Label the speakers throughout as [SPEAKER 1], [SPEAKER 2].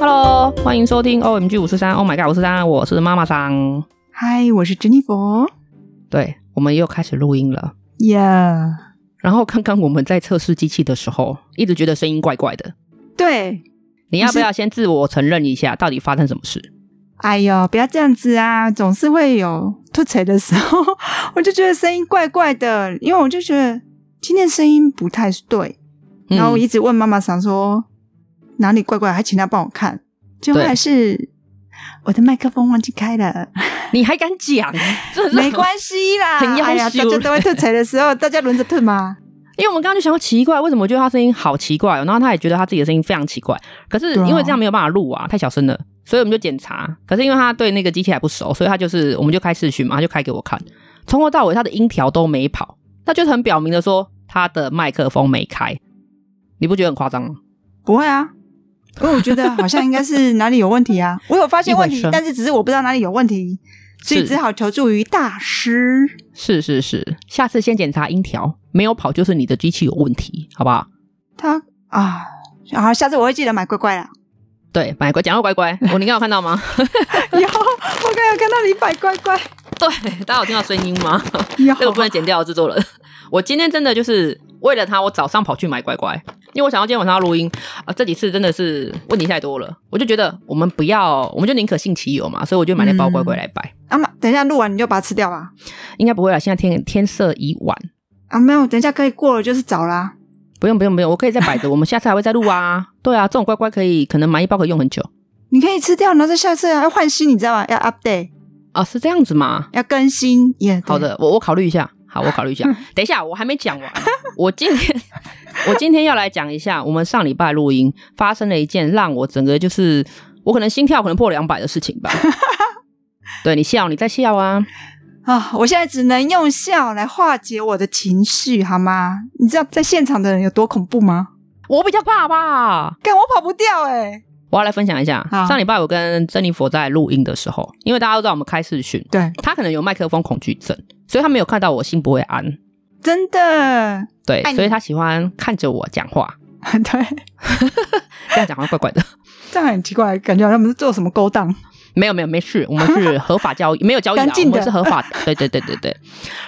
[SPEAKER 1] Hello，欢迎收听 OMG 五十三，Oh my god 五十三，我是妈妈桑。
[SPEAKER 2] 嗨，我是珍妮佛。
[SPEAKER 1] 对，我们又开始录音了。
[SPEAKER 2] Yeah，
[SPEAKER 1] 然后刚刚我们在测试机器的时候，一直觉得声音怪怪的。
[SPEAKER 2] 对，
[SPEAKER 1] 你要不要先自我承认一下，到底发生什么事？
[SPEAKER 2] 哎呦，不要这样子啊，总是会有吐槽的时候， 我就觉得声音怪怪的，因为我就觉得今天声音不太对，然后我
[SPEAKER 1] 嗯
[SPEAKER 2] 一直问妈妈想说哪里怪怪，还请她帮我看，结果
[SPEAKER 1] 对
[SPEAKER 2] 还是我的麦克风忘记开 了，
[SPEAKER 1] 你还敢 讲？真的是
[SPEAKER 2] 没关系啦，
[SPEAKER 1] 很要
[SPEAKER 2] 哎呀，
[SPEAKER 1] 羞
[SPEAKER 2] 大家都会吐槽的时候，大家轮着吐嘛。
[SPEAKER 1] 因为我们刚刚就想说奇怪，为什么我觉得他声音好奇怪、哦？然后他也觉得他自己的声音非常奇怪。可是
[SPEAKER 2] 对啊
[SPEAKER 1] 因为这样没有办法录啊，太小声了，所以我们就检查。可是因为他对那个机器还不熟，所以他就是我们就开视讯嘛，他就开给我看，从头到尾他的音条都没跑，那就是很表明的说他的麦克风没开。你不觉得很夸张吗？
[SPEAKER 2] 不会啊，因为我觉得好像应该是哪里有问题 啊。我有发现问
[SPEAKER 1] 一
[SPEAKER 2] 题
[SPEAKER 1] 回生，
[SPEAKER 2] 但是只是我不知道哪里有问题，所以
[SPEAKER 1] 是
[SPEAKER 2] 只好求助于大师。
[SPEAKER 1] 是是是，下次先检查音条，没有跑就是你的机器有问题，好不好？
[SPEAKER 2] 他啊，好，下次我会记得买乖啊乖啦。
[SPEAKER 1] 对，买乖，讲到乖乖，我你刚有看到吗？
[SPEAKER 2] 有，我刚有看到你买乖乖。
[SPEAKER 1] 对，大家有听到声音吗？
[SPEAKER 2] 有，
[SPEAKER 1] 这个不能剪掉，制作人。 我今天真的就是为了他，我早上跑去买乖乖，因为我想要今天晚上要录音啊。这几次真的是问题太多了，我就觉得我们不要，我们就宁可信其有嘛，所以我就买那包乖乖来摆。
[SPEAKER 2] 啊妈，等一下录完你就把它吃掉吧。
[SPEAKER 1] 应该不会啦，现在天天色已晚，
[SPEAKER 2] 啊，没有，等一下可以过了就是早啦。
[SPEAKER 1] 不用不用不用，我可以再摆着，我们下次还会再录啊。对啊，这种乖乖可以，可能买一包可以用很 久
[SPEAKER 2] 你可以吃掉，然后再下次要换新，你知道吧？要 update，
[SPEAKER 1] 啊，是这样子吗？
[SPEAKER 2] 要更新。也、
[SPEAKER 1] 好，的，我我考虑一下。 好，我考虑一下。等一下，我还没讲完。我今天我今天要来讲一下，我们上礼拜录音发生了一件让我整个就是我可能心跳可能破两百的事 情吧。对你笑，你在笑啊？
[SPEAKER 2] 啊，我现在只能用笑来化解我的情绪，好吗？你知道在现场的人有多恐怖吗？
[SPEAKER 1] 我比较怕吧。
[SPEAKER 2] 干，我跑不掉哎、
[SPEAKER 1] 我要来分享一下，
[SPEAKER 2] 好
[SPEAKER 1] 上礼拜我跟珍妮佛在录音的时候，因为大家都知道我们开视讯，
[SPEAKER 2] 对，
[SPEAKER 1] 她可能有麦克风恐惧症，所以她没有看到我心不会安。
[SPEAKER 2] 真 的，
[SPEAKER 1] 对
[SPEAKER 2] 哎爱，你
[SPEAKER 1] 所以她喜欢看着我讲话，
[SPEAKER 2] 对，
[SPEAKER 1] 这样讲话怪怪的。
[SPEAKER 2] 这样很奇怪，感觉好像我们是做什么勾当。
[SPEAKER 1] 没有没有没事，我们是 合法交易，没有交易啦
[SPEAKER 2] 干净
[SPEAKER 1] 我
[SPEAKER 2] 的
[SPEAKER 1] 们是合法的。对对对对对。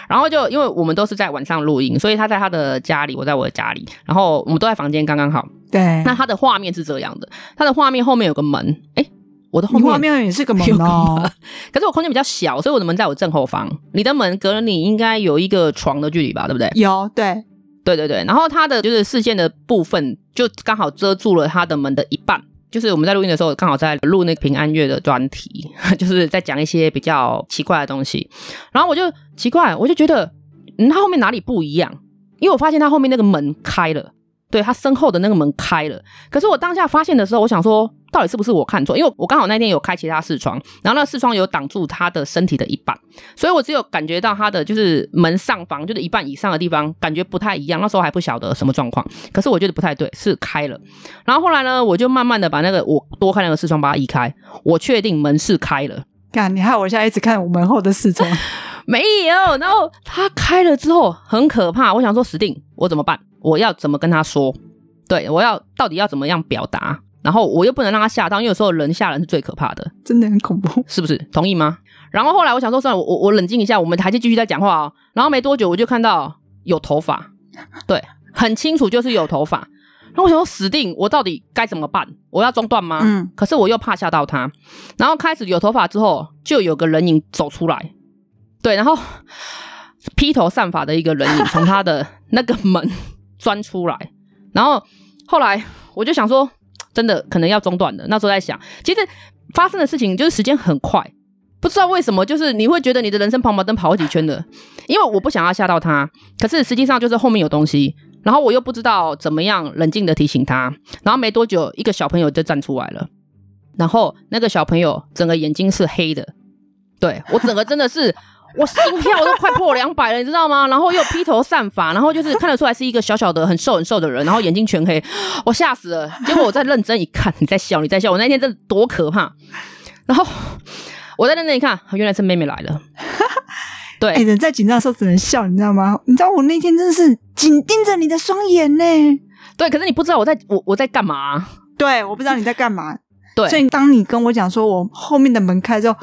[SPEAKER 1] 然后就因为我们都是在晚上录音，所以他在他的家里，我在我的家里，然后我们都在房间刚刚好。
[SPEAKER 2] 对，
[SPEAKER 1] 那他的画面是这样的，他的画面后面有个门，哎，我的后
[SPEAKER 2] 你
[SPEAKER 1] 面
[SPEAKER 2] 画面也是个猛
[SPEAKER 1] 有个
[SPEAKER 2] 哦，
[SPEAKER 1] 可是我空间比较小，所以我的门在我正后方，你的门隔了你应该有一个床的距离吧，对不对？
[SPEAKER 2] 有对，
[SPEAKER 1] 对对对，然后它的就是视线的部分就刚好遮住了它的门的一半。就是我们在录音的时候，刚好在录那个平安月的专题， 就是在讲一些比较奇怪的东西。然后我就奇怪，我就觉得，嗯，它后面哪里不一样？因为我发现它后面那个门开了，对，它身后的那个门开了。可是我当下发现的时候，我想说，到底是不是我看错？因为我刚好那天有开其他视窗，然后那视窗有挡住他的身体的一半。所以我只有感觉到它的就是门上方，就是一半以上的地方，感觉不太一样。那时候还不晓得什么状况，可是我觉得不太对，是开了。然后后来呢，我就慢慢的把那个我多看那个视窗把它移开，我确定门是开了，
[SPEAKER 2] 干，你害我现在一直看我门后的 四周，
[SPEAKER 1] 没有。然后它开了之后很可怕，我想说死定，我怎么办？我要怎么跟他说？对我要到底要怎么样表达？然后我又不能让他吓到，因为有时候人吓人是最可怕的。
[SPEAKER 2] 真的很恐怖。
[SPEAKER 1] 是不是？同意吗？然后后来我想说，算了，我我我冷静一下，我们还是继续再讲话哦。然后没多久我就看到有头发，对，很清楚就是有头发。然后我想说死定，我到底该怎么办？我要中断吗？
[SPEAKER 2] 嗯，
[SPEAKER 1] 可是我又怕吓到他。然后开始有头发之后，就有个人影走出来，对，然后披头散发的一个人影从他的那个门钻出来。然后后来我就想说，真的可能要中断了。那时候在想，其实发生的事情就是时间很快，不知道为什么，就是你会觉得你的人生跑马灯跑好几圈的，因为我不想要吓到他，可是实际上就是后面有东西。然后我又不知道怎么样冷静的提醒他，然后没多久，一个小朋友就站出来了，然后那个小朋友整个眼睛是黑的，对我整个真的是 我心跳都快破两百了，你知道吗？然后又披头散发，然后就是看得出来是一个小小的、很瘦很瘦的人，然后眼睛全黑，我吓死了。结果我再认真一看，你在笑，你在笑，我那天真的多可怕。然后我在认真一看，原来是妹妹来了，对
[SPEAKER 2] 哎、，人在紧张的时候只能笑，你知道吗？你知道我那天真的是紧盯着你的双眼呢。
[SPEAKER 1] 对，可是你不知道我在我我在干嘛、啊
[SPEAKER 2] 对，我不知道你在干嘛，
[SPEAKER 1] 对
[SPEAKER 2] 所以当你跟我讲说我后面的门开之后，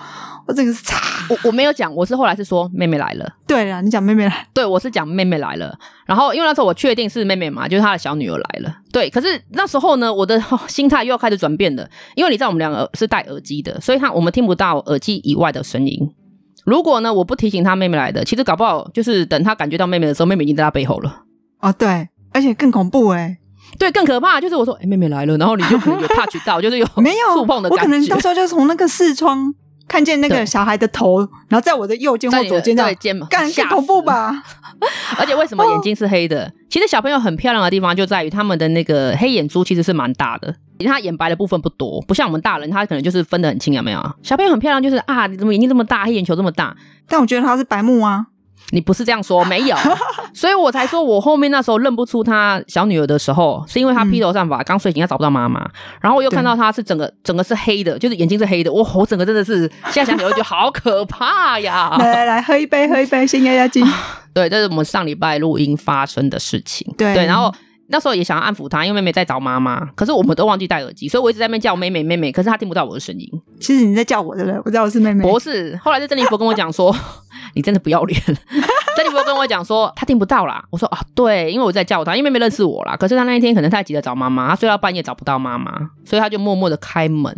[SPEAKER 2] 我这个是嚓。
[SPEAKER 1] 我我没有讲，我是后来是说妹妹来了。
[SPEAKER 2] 对了，你讲妹妹来，
[SPEAKER 1] 对，我是讲妹妹来了，然后因为那时候我确定是妹妹嘛，就是她的小女儿来了。对，可是那时候呢，我的、哦心态又要开始转变了，因为你知道我们两个是戴耳机的，所以她我们听不到耳机以外的声音。如果呢，我不提醒她妹妹来的，其实搞不好就是等她感觉到妹妹的时候，妹妹已经在她背后了。
[SPEAKER 2] 哦，对，而且更恐怖哎、
[SPEAKER 1] 对，更可怕的就是我说、哎诶妹妹来了，然后你就可能有 touch 到，就是有
[SPEAKER 2] 没有
[SPEAKER 1] 触碰的
[SPEAKER 2] 我
[SPEAKER 1] 感
[SPEAKER 2] 可能
[SPEAKER 1] 觉
[SPEAKER 2] 到。时候就从那个视窗看见那个
[SPEAKER 1] 对
[SPEAKER 2] 小孩的头，然后在我的右 肩
[SPEAKER 1] 在
[SPEAKER 2] 或
[SPEAKER 1] 你的
[SPEAKER 2] 左肩上
[SPEAKER 1] 对，肩膀，
[SPEAKER 2] 干
[SPEAKER 1] 吓
[SPEAKER 2] 更恐怖
[SPEAKER 1] 死
[SPEAKER 2] 吧？
[SPEAKER 1] 而且为什么眼睛是黑的？其实小朋友很漂亮的地方就在于他们的那个黑眼珠其实是蛮大的，他眼白的部分不多，不像我们大人，他可能就是分得很清，有没有？小朋友很漂亮，就是啊，你怎么眼睛这么大，黑眼球这么大？
[SPEAKER 2] 但我觉得他是白目啊，
[SPEAKER 1] 你不是这样说，没有，所以我才说我后面那时候认不出她小女儿的时候，是因为她披头散发，刚睡醒，她找不到妈妈，然后我又看到她是整个整个是黑的，就是眼睛是黑的，哇，我整个真的是现在想起来我就觉得好可怕呀
[SPEAKER 2] ！来来来，喝一杯，喝一杯，先压压惊。
[SPEAKER 1] 对，这是我们上礼拜录音发生的事情。
[SPEAKER 2] 对
[SPEAKER 1] 然后那时候也想要安抚她，因为妹妹在找妈妈，可是我们都忘记戴耳机，所以我一直在那边叫妹妹妹妹，可是她听不到我的声音。
[SPEAKER 2] 其实你在叫我对不对？我知道我是妹妹。
[SPEAKER 1] 不是，后来是珍妮佛跟我讲说， 你真的不要脸。 珍妮佛跟我讲说，她听不到啦。我说啊，对，因为我在叫她，因为妹妹认识我啦。可是她那一天可能太急着找妈妈，她睡到半夜找不到妈妈，所以她就默默的开门。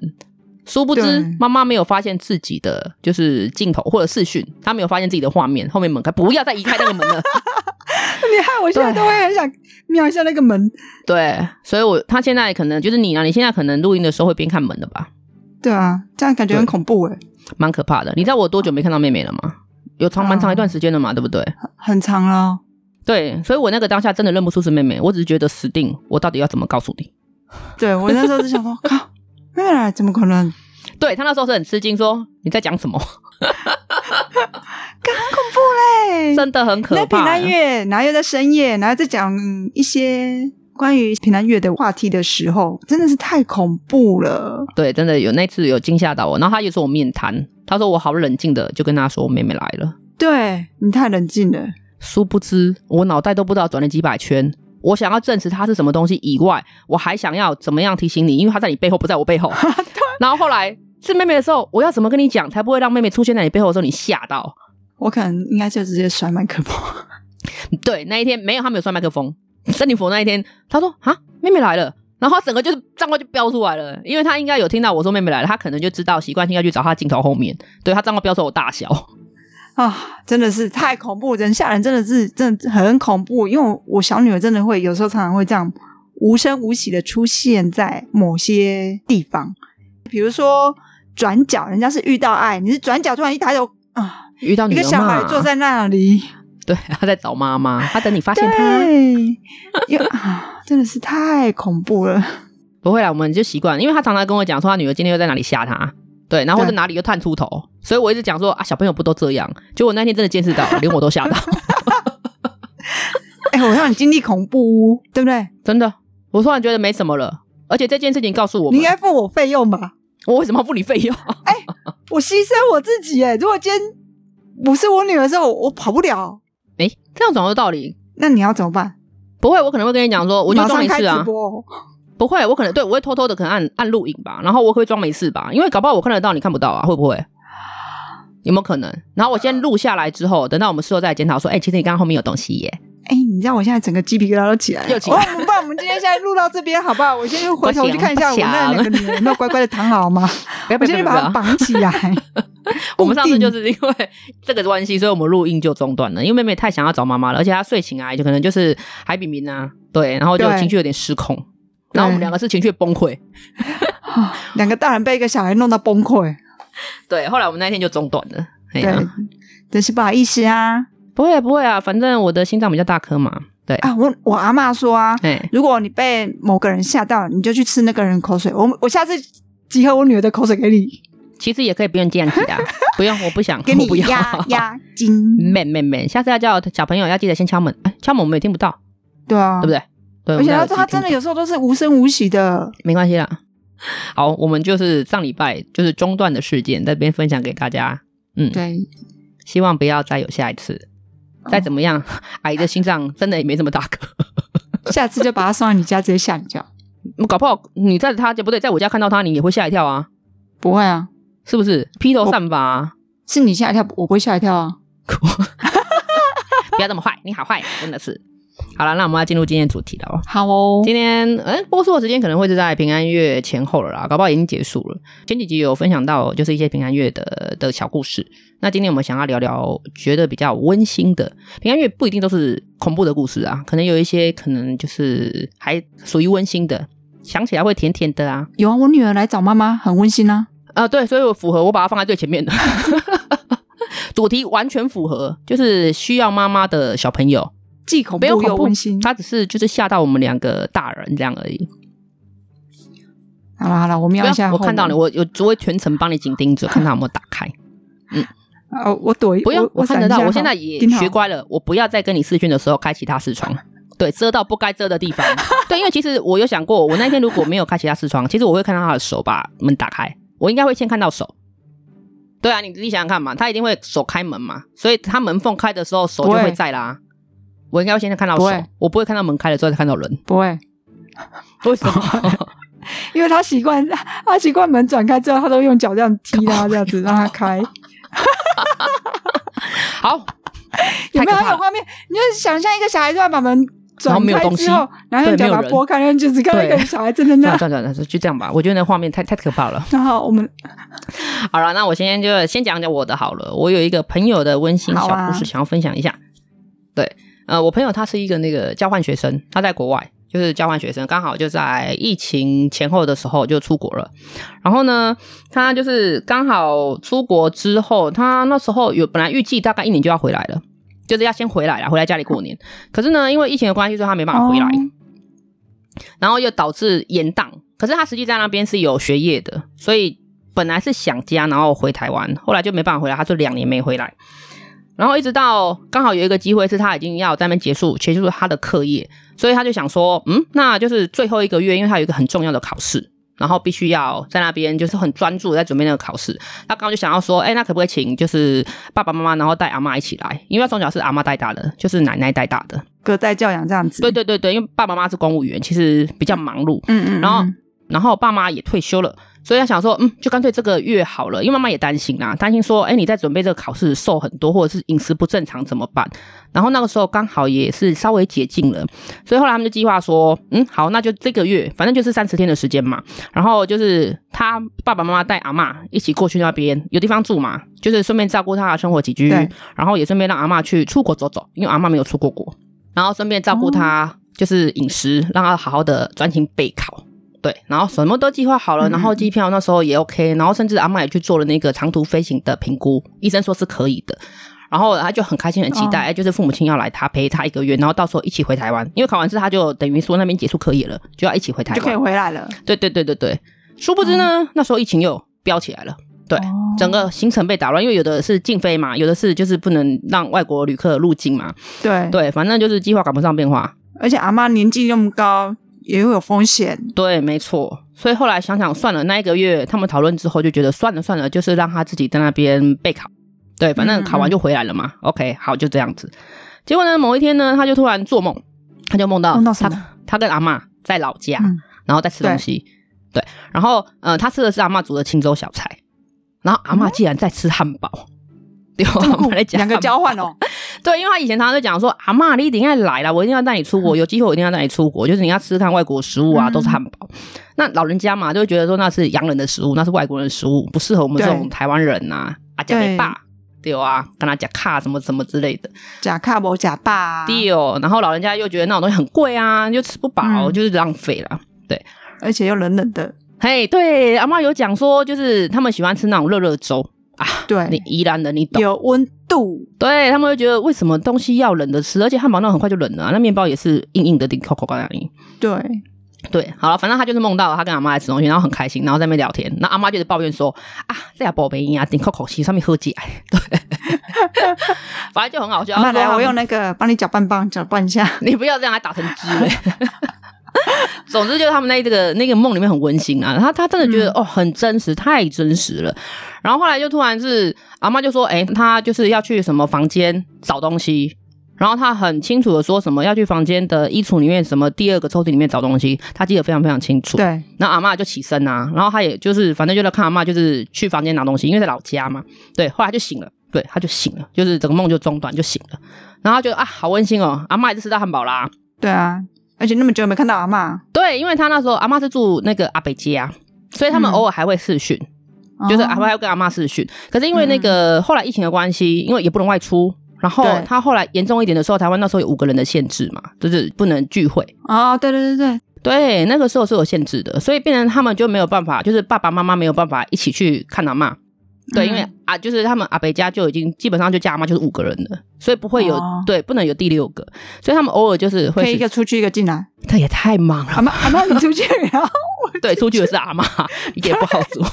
[SPEAKER 1] 殊不知
[SPEAKER 2] 对，
[SPEAKER 1] 妈妈没有发现自己的就是镜头或者视讯，她没有发现自己的画面，后面门开，不要再移开那个门了。
[SPEAKER 2] 你害我现在都会很想瞄一下那个门。
[SPEAKER 1] 对，所以我他现在可能就是你啊，你现在可能录音的时候会边看门的吧，
[SPEAKER 2] 对啊，这样感觉很
[SPEAKER 1] 对
[SPEAKER 2] 恐怖哎、
[SPEAKER 1] 蛮可怕的。你知道我多久没看到妹妹了吗？有
[SPEAKER 2] 嗯
[SPEAKER 1] 长蛮长一段时间了嘛，对不对？
[SPEAKER 2] 很长了。
[SPEAKER 1] 对，所以我那个当下真的认不出是妹妹，我只是觉得死定，我到底要怎么告诉你？
[SPEAKER 2] 对我那时候 就想说，靠，妹妹来怎么可能？
[SPEAKER 1] 对他那时候是很吃惊，说你在讲什 么？
[SPEAKER 2] 对，
[SPEAKER 1] 真的很可
[SPEAKER 2] 那平
[SPEAKER 1] 怕。
[SPEAKER 2] 安夜，然后又在深夜，然后再讲一些关于平安夜的话题的时候，真的是太恐怖了。
[SPEAKER 1] 对，真的有那次有惊吓到我，然后他也说我面瘫，他说我好冷静的就跟他说我妹妹来了，
[SPEAKER 2] 对你太冷静了，
[SPEAKER 1] 殊不知我脑袋都不知道转了几百圈。我想要证实他是什么东西以外，我还想要怎么样提醒你，因为他在你背后，不在我背 后。然后后来是妹妹的时候，我要怎么跟你讲，才不会让妹妹出现在你背后的时候你吓到？
[SPEAKER 2] 我可能应该就直接摔麦克风。
[SPEAKER 1] 对，那一天没有，他没有摔麦克风。珍妮佛那一天，他说啊，妹妹来了，然后他整个就是账号就飙出来了，因为他应该有听到我说妹妹来了，他可能就知道习惯性要去找他镜头后面，对他账号飙出我大小。
[SPEAKER 2] 啊，真的是太恐怖，人吓人，真的是真的很恐怖。因为我我小女儿真的会有时候常常会这样无声无息的出现在某些地方，比如说转角，人家是遇到爱，你是转角突然一抬头啊，
[SPEAKER 1] 遇到
[SPEAKER 2] 一
[SPEAKER 1] 你
[SPEAKER 2] 个
[SPEAKER 1] 了
[SPEAKER 2] 小孩
[SPEAKER 1] 嘛
[SPEAKER 2] 坐在那里，
[SPEAKER 1] 对，他在找妈妈，他等你发现 他。
[SPEAKER 2] 对，因为啊，真的是太恐怖了。
[SPEAKER 1] 不会啦，我们就习惯，因为他常常跟我讲说他女儿今天又在哪里吓他，对，然后或者
[SPEAKER 2] 对
[SPEAKER 1] 哪里又探出头，所以我一直讲说啊，小朋友不都这样？结果那天真的见识到，连我都 吓到，
[SPEAKER 2] 哎、我让你经历恐怖屋，对不对？
[SPEAKER 1] 真的，我突然觉得没什么了。而且这件事情告诉我
[SPEAKER 2] 你
[SPEAKER 1] 们
[SPEAKER 2] 应，该付我费用吧？
[SPEAKER 1] 我为什么要付你费用？
[SPEAKER 2] 我牺牲我自己哎、如果今天不是我女儿的时候，我跑不了，
[SPEAKER 1] 哎、这样讲有道理。
[SPEAKER 2] 那你要怎么办？
[SPEAKER 1] 不会，我可能会跟你讲说，我就
[SPEAKER 2] 马
[SPEAKER 1] 装
[SPEAKER 2] 上
[SPEAKER 1] 没
[SPEAKER 2] 开
[SPEAKER 1] 事
[SPEAKER 2] 直
[SPEAKER 1] 啊。
[SPEAKER 2] 播哦、
[SPEAKER 1] 不会，我可能对我会偷偷的可能按按录影吧，然后我会装没事吧，因为搞不好我看得到你看不到啊，会不会？
[SPEAKER 2] 啊
[SPEAKER 1] 有没有可能？然后我先录下来之后，等到我们事后再来检讨说，哎、其实你刚刚后面有东西耶。
[SPEAKER 2] 哎、你知道我现在整个鸡皮疙瘩都起来 了。
[SPEAKER 1] 又起来
[SPEAKER 2] 哦我们不然我们今天现在录到这边好不好？我先去回头
[SPEAKER 1] 不行
[SPEAKER 2] 去看一下我
[SPEAKER 1] 不行
[SPEAKER 2] 那两个女人有没有乖乖的躺好吗？
[SPEAKER 1] 不要
[SPEAKER 2] 我
[SPEAKER 1] 不
[SPEAKER 2] 先
[SPEAKER 1] 要
[SPEAKER 2] 去
[SPEAKER 1] 不
[SPEAKER 2] 把它
[SPEAKER 1] 要！
[SPEAKER 2] 绑起来。
[SPEAKER 1] 我们上次
[SPEAKER 2] 固定
[SPEAKER 1] 就是因为这个关系，所以我们录音就中断了，因为 妹妹太想要找妈妈了，而且她睡醒啊，就可能就是海比明啊，对，然后就
[SPEAKER 2] 对
[SPEAKER 1] 情绪有点失控，然后我们两个是情绪崩溃，
[SPEAKER 2] 两个大人被一个小孩弄到崩溃，
[SPEAKER 1] 对，后来我们那天就中断了。哎
[SPEAKER 2] 对
[SPEAKER 1] 呀，
[SPEAKER 2] 真是不好意思啊
[SPEAKER 1] 不会啊不会啊，反正我的心脏比较大颗嘛，对，
[SPEAKER 2] 啊！我我阿嬷说啊，
[SPEAKER 1] 哎、
[SPEAKER 2] 如果你被某个人吓到，你就去吃那个人口水。我我下次集合我女儿的口水 给你，
[SPEAKER 1] 其实也可以不用这样子的，啊 不用，我不想，
[SPEAKER 2] 给
[SPEAKER 1] 我
[SPEAKER 2] 你
[SPEAKER 1] 不要。嗯
[SPEAKER 2] 压压惊。
[SPEAKER 1] 妹妹妹，下次要叫小朋友要记得先敲门，哎，敲门我们也听不到，
[SPEAKER 2] 对啊，
[SPEAKER 1] 对不对？对，
[SPEAKER 2] 而且
[SPEAKER 1] 我们
[SPEAKER 2] 他
[SPEAKER 1] 在耳
[SPEAKER 2] 说他
[SPEAKER 1] 机听
[SPEAKER 2] 真的有时候都是无声无息的，
[SPEAKER 1] 没关系啦。好，我们就是上礼拜就是中断的事件，在这边分享给大家，
[SPEAKER 2] 对，
[SPEAKER 1] 希望不要再有下一次。再怎么 样，阿姨的心脏真的也没这么大颗。
[SPEAKER 2] 下次就把他送到你家，直接吓你一跳。
[SPEAKER 1] 搞不好你在他家不对，在我家看到他，你也会吓一跳啊，
[SPEAKER 2] 不会啊，
[SPEAKER 1] 是不是？披头散发、啊，
[SPEAKER 2] 是你吓一跳，我不会吓一跳啊。
[SPEAKER 1] 不要这么坏，你好坏，真的是。好了，那我们要进入今天的主题了哦。
[SPEAKER 2] 好哦，
[SPEAKER 1] 今天嗯，播出的时间可能会是在平安夜前后了啦，搞不好已经结束了。前几集有分享到，就是一些平安夜的的小故事。那今天我们想要聊聊，觉得比较温馨的平安夜，不一定都是恐怖的故事啊，可能有一些可能就是还属于温馨的，想起来会甜甜的啊。
[SPEAKER 2] 有啊，我女儿来找妈妈，很温馨啊。
[SPEAKER 1] 啊、对，所以我符合，我把它放在最前面的 主题，完全符合，就是需要妈妈的小朋友。
[SPEAKER 2] 既恐
[SPEAKER 1] 没哦有
[SPEAKER 2] 怖又
[SPEAKER 1] 恐怖
[SPEAKER 2] 温馨。
[SPEAKER 1] 他只是就是吓到我们两个大人这样而已。
[SPEAKER 2] 好了好了，我
[SPEAKER 1] 不
[SPEAKER 2] 瞄一下
[SPEAKER 1] 要，
[SPEAKER 2] 后
[SPEAKER 1] 我
[SPEAKER 2] 门。
[SPEAKER 1] 看到你，我有我会全程帮你紧盯着，看他有没有打开。
[SPEAKER 2] 呃，我躲一，
[SPEAKER 1] 不用，
[SPEAKER 2] 我
[SPEAKER 1] 我看得
[SPEAKER 2] 闪一
[SPEAKER 1] 到。
[SPEAKER 2] 下
[SPEAKER 1] 我现
[SPEAKER 2] 哈
[SPEAKER 1] 在也
[SPEAKER 2] 盯好
[SPEAKER 1] 学乖了，我不要再跟你视讯的时候开其他视窗，对，遮到不该遮的地 方。对，因为其实我有想过，我那天如果没有开其他视窗，其实我会看到他的手把门打开，我应该会先看到手。对啊，你自己想想看嘛，他一定会手开门嘛，所以他门缝开的时候手就
[SPEAKER 2] 不
[SPEAKER 1] 会
[SPEAKER 2] 会
[SPEAKER 1] 在啦。我应该会先看到
[SPEAKER 2] 不
[SPEAKER 1] 手
[SPEAKER 2] 会，
[SPEAKER 1] 我不会看到门开了之后才看到人。
[SPEAKER 2] 不会，
[SPEAKER 1] 为什 么？
[SPEAKER 2] 因为他习惯，他习惯门转开之后，他都用脚这样踢他，这样子让他开。
[SPEAKER 1] 好，
[SPEAKER 2] 有
[SPEAKER 1] 太
[SPEAKER 2] 没
[SPEAKER 1] 可
[SPEAKER 2] 有
[SPEAKER 1] 怕
[SPEAKER 2] 有
[SPEAKER 1] 了。
[SPEAKER 2] 画面？你就想象一个小孩突然把门
[SPEAKER 1] 然
[SPEAKER 2] 转
[SPEAKER 1] 后没有
[SPEAKER 2] 开
[SPEAKER 1] 东西
[SPEAKER 2] 之后，然后
[SPEAKER 1] 对
[SPEAKER 2] 用脚
[SPEAKER 1] 没有
[SPEAKER 2] 把它
[SPEAKER 1] 人
[SPEAKER 2] 拨开，然后就只看到一个
[SPEAKER 1] 对
[SPEAKER 2] 小孩站在
[SPEAKER 1] 算
[SPEAKER 2] 那
[SPEAKER 1] 了。算了算了，就这样吧。我觉得那画面太太可怕了。
[SPEAKER 2] 然后我们
[SPEAKER 1] 好了，那我今天就先讲讲我的好了。我有一个朋友的温馨小
[SPEAKER 2] 好啊
[SPEAKER 1] 故事想要分享一下。对，呃，我朋友他是一个那个交换学生，他在国外就是交换学生，刚好就在疫情前后的时候就出国了。然后呢，他就是刚好出国之后，他那时候有本来预计大概一年就要回来了，就是要先回来了，回来家里过年。可是呢，因为疫情的关系，所以他没办法回来。
[SPEAKER 2] 哦
[SPEAKER 1] 然后又导致延档。可是他实际在那边是有学业的，所以本来是想家，然后回台湾，后来就没办法回来，他就两年没回来。然后一直到刚好有一个机会是他已经要在那边结束结束他的课业，所以他就想说，嗯，那就是最后一个月，因为他有一个很重要的考试，然后必须要在那边就是很专注地在准备那个考试。他刚刚就想要说，哎、那可不可以请就是爸爸妈妈，然后带阿妈一起来？因为他从小是阿妈带大的，就是奶奶带大的。
[SPEAKER 2] 隔代教养这样子。
[SPEAKER 1] 对对对对，因为爸爸妈妈是公务员，其实比较忙碌。
[SPEAKER 2] 嗯，嗯嗯。
[SPEAKER 1] 然后然后爸妈也退休了，所以他想说，嗯，就干脆这个月好了，因为妈妈也担心啊，担心说，哎，你在准备这个考试瘦很多，或者是饮食不正常怎么办？然后那个时候刚好也是稍微解禁了，所以后来他们就计划说，嗯，好，那就这个月，反正就是三十天的时间嘛，然后就是他爸爸妈妈带阿嬷一起过去那边有地方住嘛，就是顺便照顾他的生活起居
[SPEAKER 2] 对，
[SPEAKER 1] 然后也顺便让阿嬷去出国走走，因为阿嬷没有出过国，然后顺便照顾
[SPEAKER 2] 哦
[SPEAKER 1] 他就是饮食，让他好好的专心备考。对，然后什么都计划好
[SPEAKER 2] 嗯
[SPEAKER 1] 了，然后机票那时候也 OK，然后甚至阿嬷也去做了那个长途飞行的评估，医生说是可以的。然后他就很开心，很期
[SPEAKER 2] 哦
[SPEAKER 1] 待，哎就是父母亲要来，他陪他一个月，然后到时候一起回台湾，因为考完试他就等于说那边结束课业了，就要一起回台
[SPEAKER 2] 就可以嗯
[SPEAKER 1] 湾。
[SPEAKER 2] 回来了。
[SPEAKER 1] 对对对对对，殊不知呢，那时候疫情又飙起来了。对
[SPEAKER 2] 哦
[SPEAKER 1] 整个行程被打乱，因为有的是禁飞嘛，有的是就是不能让外国旅客入境嘛。
[SPEAKER 2] 对，
[SPEAKER 1] 对，反正就是计划赶不上变化。
[SPEAKER 2] 而且阿妈年纪那么高，也会有风险。
[SPEAKER 1] 对，没错。所以后来想想算了，那一个月他们讨论之后就觉得算了算了，就是让他自己在那边备考。对，反正考完就回来了
[SPEAKER 2] 嗯
[SPEAKER 1] 嘛。OK，好，就这样子。结果呢，某一天呢，他就突然做梦，他就梦到
[SPEAKER 2] 梦到什
[SPEAKER 1] 啊他
[SPEAKER 2] 么
[SPEAKER 1] 他跟阿嬷在老家，
[SPEAKER 2] 嗯
[SPEAKER 1] 然后在吃东西。对，然后呃，他吃的是阿嬷煮的青州小菜，然后阿
[SPEAKER 2] 嗯
[SPEAKER 1] 嬷竟然在吃汉堡。 对，我们来讲
[SPEAKER 2] 两个
[SPEAKER 1] 汉堡
[SPEAKER 2] 交换哦，
[SPEAKER 1] 对，因为他以前常常就讲说，阿妈你一定要来啦，我一定要带你出 国，有机会我一定要带你出国，就是你要吃看外国食物啊，
[SPEAKER 2] 嗯
[SPEAKER 1] 都是汉堡。那老人家嘛，就会觉得说那是洋人的食物，那是外国人的食物，不适合我们这种
[SPEAKER 2] 对
[SPEAKER 1] 台湾人呐、啊，阿加没爸。对啊，跟他讲卡什么什么之类的，
[SPEAKER 2] 假卡不假爸啊，
[SPEAKER 1] 对哦，然后老人家又觉得那种东西很贵啊，就吃不饱，
[SPEAKER 2] 嗯
[SPEAKER 1] 就是浪费啦。
[SPEAKER 2] 而且又冷冷的。
[SPEAKER 1] 嘿，对，阿妈有讲说，就是他们喜欢吃那种热热粥啊，你
[SPEAKER 2] 对，
[SPEAKER 1] 宜兰的你懂，
[SPEAKER 2] 有温度。
[SPEAKER 1] 对他们会觉得为什么东西要冷的吃，而且汉堡那种很快就冷了啊、那面包也是硬硬的，顶口口干硬。
[SPEAKER 2] 对，
[SPEAKER 1] 对，好了，反正他就是梦到他跟阿妈在吃东西，然后很开心，然后在那边聊天，那阿妈就是抱怨说啊，这俩宝贝呀，顶口口气上面喝起来，对， 反正就很好笑。
[SPEAKER 2] 那来，
[SPEAKER 1] 然后
[SPEAKER 2] 我用那个帮你搅拌棒搅拌一下。
[SPEAKER 1] 你不要这样，还打成汁嘞。 总之就是他们那这个那个梦里面很温馨啊，他他真的觉
[SPEAKER 2] 嗯
[SPEAKER 1] 得、哦很真实，太真实了。然后后来就突然是阿妈就说，哎、他就是要去什么房间找东西，然后他很清楚的说什么要去房间的衣橱里面什么第二个抽屉里面找东西，他记得非常非常清楚。
[SPEAKER 2] 对，啊
[SPEAKER 1] 然后阿嬷就起身啊，然后她也就是反正就在看阿嬷，就是去房间拿东西，因为在老家嘛。对，后来就醒了，对，她就醒了，就是整个梦就中断就醒了。然后她觉得啊，好温馨哦，阿嬷也是吃到汉堡啦。
[SPEAKER 2] 对啊，而且那么久没看到阿嬷，
[SPEAKER 1] 对，因为她那时候阿嬷是住那个阿北街啊，所以他们
[SPEAKER 2] 嗯
[SPEAKER 1] 偶尔还会视讯，就是阿嬷
[SPEAKER 2] 哦
[SPEAKER 1] 还会跟阿嬷视讯。可是因为那个后来疫情的关系，因为也不能外出。然后
[SPEAKER 2] 对
[SPEAKER 1] 她后来严重一点的时候，台湾那时候有五个人的限制嘛，就是不能聚会。
[SPEAKER 2] 哦，对对对对，
[SPEAKER 1] 对，那个时候是有限制的，所以变成他们就没有办法，就是爸爸妈妈没有办法一起去看阿嬷。对，因为
[SPEAKER 2] 嗯
[SPEAKER 1] 啊，就是他们阿北家就已经基本上就加阿妈就是五个人了，所以不会有、
[SPEAKER 2] 哦
[SPEAKER 1] 对，不能有第六个，所以他们偶尔就是
[SPEAKER 2] 可
[SPEAKER 1] 会
[SPEAKER 2] 以一
[SPEAKER 1] 是，
[SPEAKER 2] 个出去一个 进来，
[SPEAKER 1] 他也太忙 了，
[SPEAKER 2] 阿嬷阿嬷你出去，然后
[SPEAKER 1] 对，出去的是阿 妈，也不好做，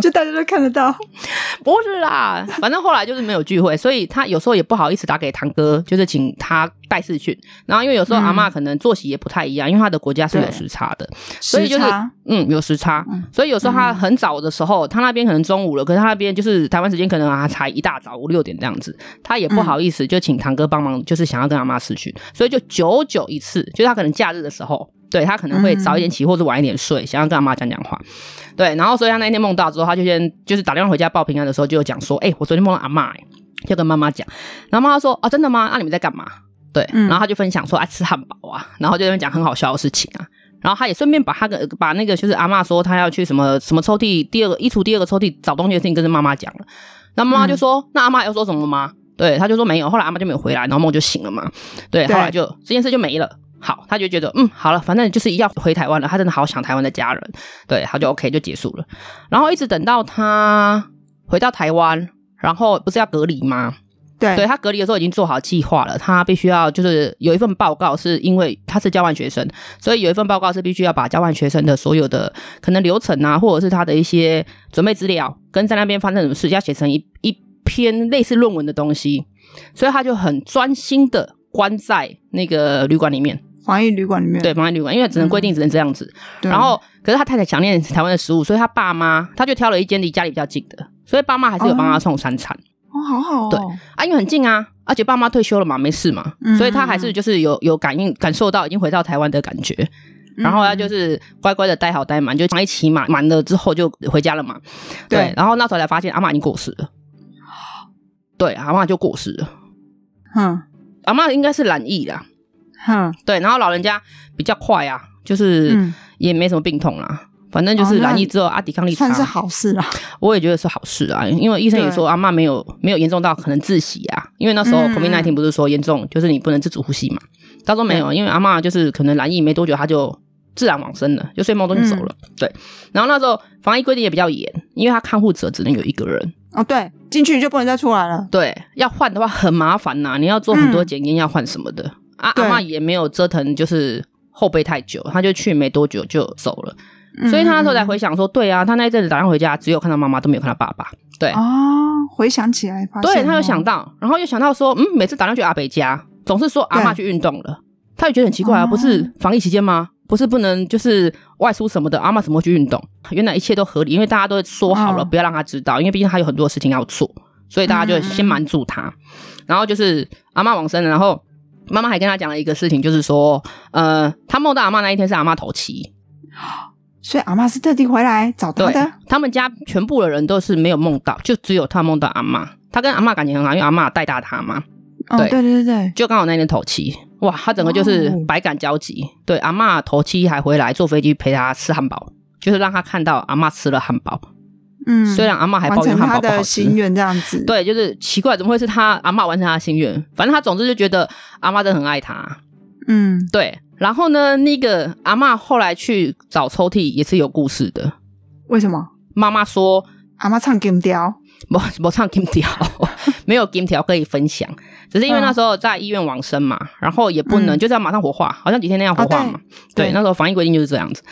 [SPEAKER 2] 就大家都看得到，
[SPEAKER 1] 不是啦，反正后来就是没有聚会，所以他有时候也不好意思打给堂哥，就是请他带视讯，然后因为有时候阿嬷可能作息也不太一样，因为她的国家是有
[SPEAKER 2] 对
[SPEAKER 1] 时差的，所以
[SPEAKER 2] 时
[SPEAKER 1] 就是
[SPEAKER 2] 差
[SPEAKER 1] 嗯，有时差
[SPEAKER 2] 嗯，
[SPEAKER 1] 所以有时候他很早的时候，他那边可能中午了，可是他那边就是台湾时间可能啊才一大早五六点这样子，他也不
[SPEAKER 2] 嗯
[SPEAKER 1] 好意思就请堂哥帮忙，就是想要跟阿妈失去，所以就久久一次，就是他可能假日的时候，对他可能会早一
[SPEAKER 2] 嗯
[SPEAKER 1] 点起或者晚一点睡，想要跟阿妈讲讲话，对，然后所以他那天梦到之后，他就先就是打电话回家报平安的时候，就有讲说，哎、我昨天梦到阿妈、欸，就跟妈妈讲，然后妈妈说，哦，真的吗？那、你们在干嘛？对，
[SPEAKER 2] 嗯
[SPEAKER 1] 然后他就分享说，啊，吃汉堡啊，然后就在那边讲很好笑的事情啊，然后他也顺便把他个把那个就是阿嬷说他要去什么什么抽屉第二个衣橱第二个抽屉找东西的事情跟着妈妈讲了，那妈妈就说、那阿嬷又说什么吗？对，他就说没有，后来阿嬷就没有回来，然后梦就醒了嘛，对，
[SPEAKER 2] 对
[SPEAKER 1] 后来就这件事就没了。好，他就觉得嗯，好了，反正就是要回台湾了，他真的好想台湾的家人，对，他就 OK 就结束了。然后一直等到他回到台湾，然后不是要隔离吗？
[SPEAKER 2] 对
[SPEAKER 1] 对他隔离的时候已经做好计划了，他必须要就是有一份报告，是因为他是交换学生，所以有一份报告是必须要把交换学生的所有的可能流程啊，或者是他的一些准备资料，跟在那边发生什么事，要写成一一篇类似论文的东西，所以他就很专心的关在那个旅馆里面，
[SPEAKER 2] 防疫旅馆里面，
[SPEAKER 1] 对，放在旅馆，因为只能规定只能这样子，
[SPEAKER 2] 对，
[SPEAKER 1] 然后，可是他太太想念台湾的食物，所以他爸妈他就挑了一间离家里比较近的，所以爸妈还是有帮他送三餐、
[SPEAKER 2] 哦，好好哦，
[SPEAKER 1] 对啊，因为很近啊，而且爸妈退休了嘛，没事嘛，
[SPEAKER 2] 嗯
[SPEAKER 1] 所以他还是就是有有感应感受到已经回到台湾的感觉，
[SPEAKER 2] 嗯
[SPEAKER 1] 然后他就是乖乖的待好待满，就常一起满满了之后就回家了嘛。对，
[SPEAKER 2] 对
[SPEAKER 1] 然后那时候才发现阿嬷已经过世了，对，阿嬷就过世了，
[SPEAKER 2] 哼
[SPEAKER 1] 阿嬷应该是染疫啦，
[SPEAKER 2] 哼，
[SPEAKER 1] 对，然后老人家比较快啊，就是
[SPEAKER 2] 嗯，
[SPEAKER 1] 也没什么病痛啦。反正就是
[SPEAKER 2] 哦那
[SPEAKER 1] 染疫之后，阿抵抗力差，
[SPEAKER 2] 算是好事啦，
[SPEAKER 1] 我也觉得是好事啊，因为医生也说阿嬷没有没有严重到可能窒息啊，因为那时候
[SPEAKER 2] 嗯
[SPEAKER 1] COVID 1 9不是说严重就是你不能自主呼吸嘛，他说没有，因为阿嬷就是可能染疫没多久她就自然往生了，就睡梦中就走了。
[SPEAKER 2] 嗯
[SPEAKER 1] 对，然后那时候防疫规定也比较严，因为他看护者只能有一个人，
[SPEAKER 2] 哦，对，进去就不能再出来了，
[SPEAKER 1] 对，要换的话很麻烦呐、你要做很多检验，要换什么的。啊，阿
[SPEAKER 2] 对
[SPEAKER 1] 嬷也没有折腾，就是后背太久，她就去没多久就走了，
[SPEAKER 2] 嗯
[SPEAKER 1] 所以她那时候才回想说，对啊，她那一阵子打算回家，只有看到妈妈，都没有看到爸爸。对，
[SPEAKER 2] 哦，回想起来发现，
[SPEAKER 1] 对他有
[SPEAKER 2] 哦
[SPEAKER 1] 想，到，然后又想到说，嗯，每次打电话去阿北家，总是说阿嬷去运动了，他也觉得很奇怪啊，
[SPEAKER 2] 哦
[SPEAKER 1] 不是防疫期间吗？不是不能就是外出什么的，阿嬷怎么会去运动？原来一切都合理，因为大家都说好了，
[SPEAKER 2] 嗯
[SPEAKER 1] 不要让他知道，因为毕竟他有很多事情要做，所以大家就
[SPEAKER 2] 嗯
[SPEAKER 1] 先瞒住他。然后就是阿嬷往生了，然后妈妈还跟他讲了一个事情，就是说，呃，他梦到阿嬷那一天是阿嬷头七，
[SPEAKER 2] 所以阿妈是特地回来找他
[SPEAKER 1] 对
[SPEAKER 2] 的，，
[SPEAKER 1] 他们家全部的人都是没有梦到，就只有他梦到阿嬷。他跟阿嬷感情很好，因为阿嬷带大他嘛。
[SPEAKER 2] 哦，
[SPEAKER 1] 对
[SPEAKER 2] 对对对对，
[SPEAKER 1] 就刚好那年头七，哇，他整个就是
[SPEAKER 2] 哦
[SPEAKER 1] 百感交集。对，阿嬷头七还回来坐飞机陪他吃汉堡，就是让他看到阿嬷吃了汉堡。
[SPEAKER 2] 嗯，
[SPEAKER 1] 虽然阿嬷还
[SPEAKER 2] 完
[SPEAKER 1] 抱怨
[SPEAKER 2] 成
[SPEAKER 1] 汉
[SPEAKER 2] 他
[SPEAKER 1] 堡不好
[SPEAKER 2] 的心
[SPEAKER 1] 吃，
[SPEAKER 2] 愿这样子，，
[SPEAKER 1] 对，就是奇怪，怎么会是他阿嬷完成他的心愿？反正他总之就觉得阿嬷真的很爱他。
[SPEAKER 2] 嗯，
[SPEAKER 1] 对，然后呢，那个阿嬷后来去找抽屉也是有故事的。
[SPEAKER 2] 为什么
[SPEAKER 1] 妈妈说
[SPEAKER 2] 阿妈唱金雕？
[SPEAKER 1] 没没唱金条， 没有金条可以分享，只是因为那时候在医院往生嘛，然后也不能、
[SPEAKER 2] 嗯哦
[SPEAKER 1] 就是要马上火化，好像几天内要火化嘛，对，
[SPEAKER 2] 对
[SPEAKER 1] 那时候防疫规定就是这样子，